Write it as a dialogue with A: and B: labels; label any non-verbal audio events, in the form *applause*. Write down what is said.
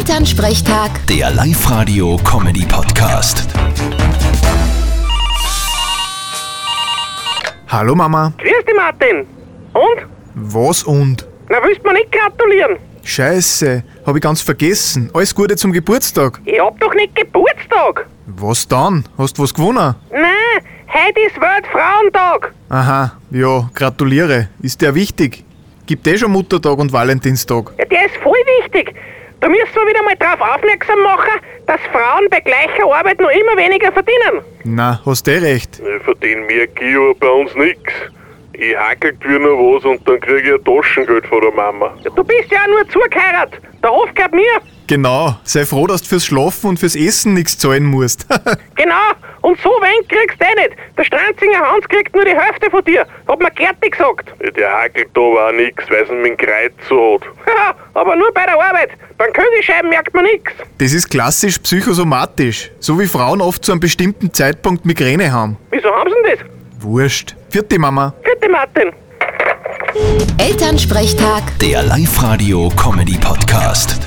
A: Elternsprechtag,
B: Der Live-Radio-Comedy-Podcast.
C: Hallo Mama.
D: Grüß dich, Martin. Und?
C: Was und?
D: Na, willst du mir nicht gratulieren?
C: Scheiße, hab ich ganz vergessen. Alles Gute zum Geburtstag.
D: Ich hab doch nicht Geburtstag.
C: Was dann? Hast du was gewonnen?
D: Nein, heute ist Weltfrauentag.
C: Aha, ja, gratuliere. Ist der wichtig? Gibt eh schon Muttertag und Valentinstag.
D: Ja, der ist voll wichtig. Da müssen wir wieder mal drauf aufmerksam machen, dass Frauen bei gleicher Arbeit nur immer weniger verdienen.
C: Na, hast eh recht.
E: Von den merke ich aber bei uns nix. Ich hakel dir noch was und dann krieg ich ein Taschengeld von der Mama.
D: Ja, Du bist ja auch nur zugeheiratet. Der Hof gehört mir.
C: Genau, sei froh, dass du fürs Schlafen und fürs Essen nichts zahlen musst. *laughs*
D: Genau. Und so wenig kriegst du eh nicht. Der Stranzinger Hans kriegt nur die Hälfte von dir. Hat mir Gerti gesagt. *laughs*
E: Ja, Der hakelt da aber auch nix, weil's ihn mit dem Kreuz so hat.
D: Haha, aber nur bei der Arbeit. Beim Kögelscheiben merkt man nichts.
C: das ist klassisch psychosomatisch, so wie Frauen oft zu einem bestimmten Zeitpunkt Migräne haben.
D: Wieso haben sie denn das?
C: Wurscht. Vierte Mama.
D: Vierte Martin.
A: Elternsprechtag.
B: Der Live-Radio-Comedy-Podcast.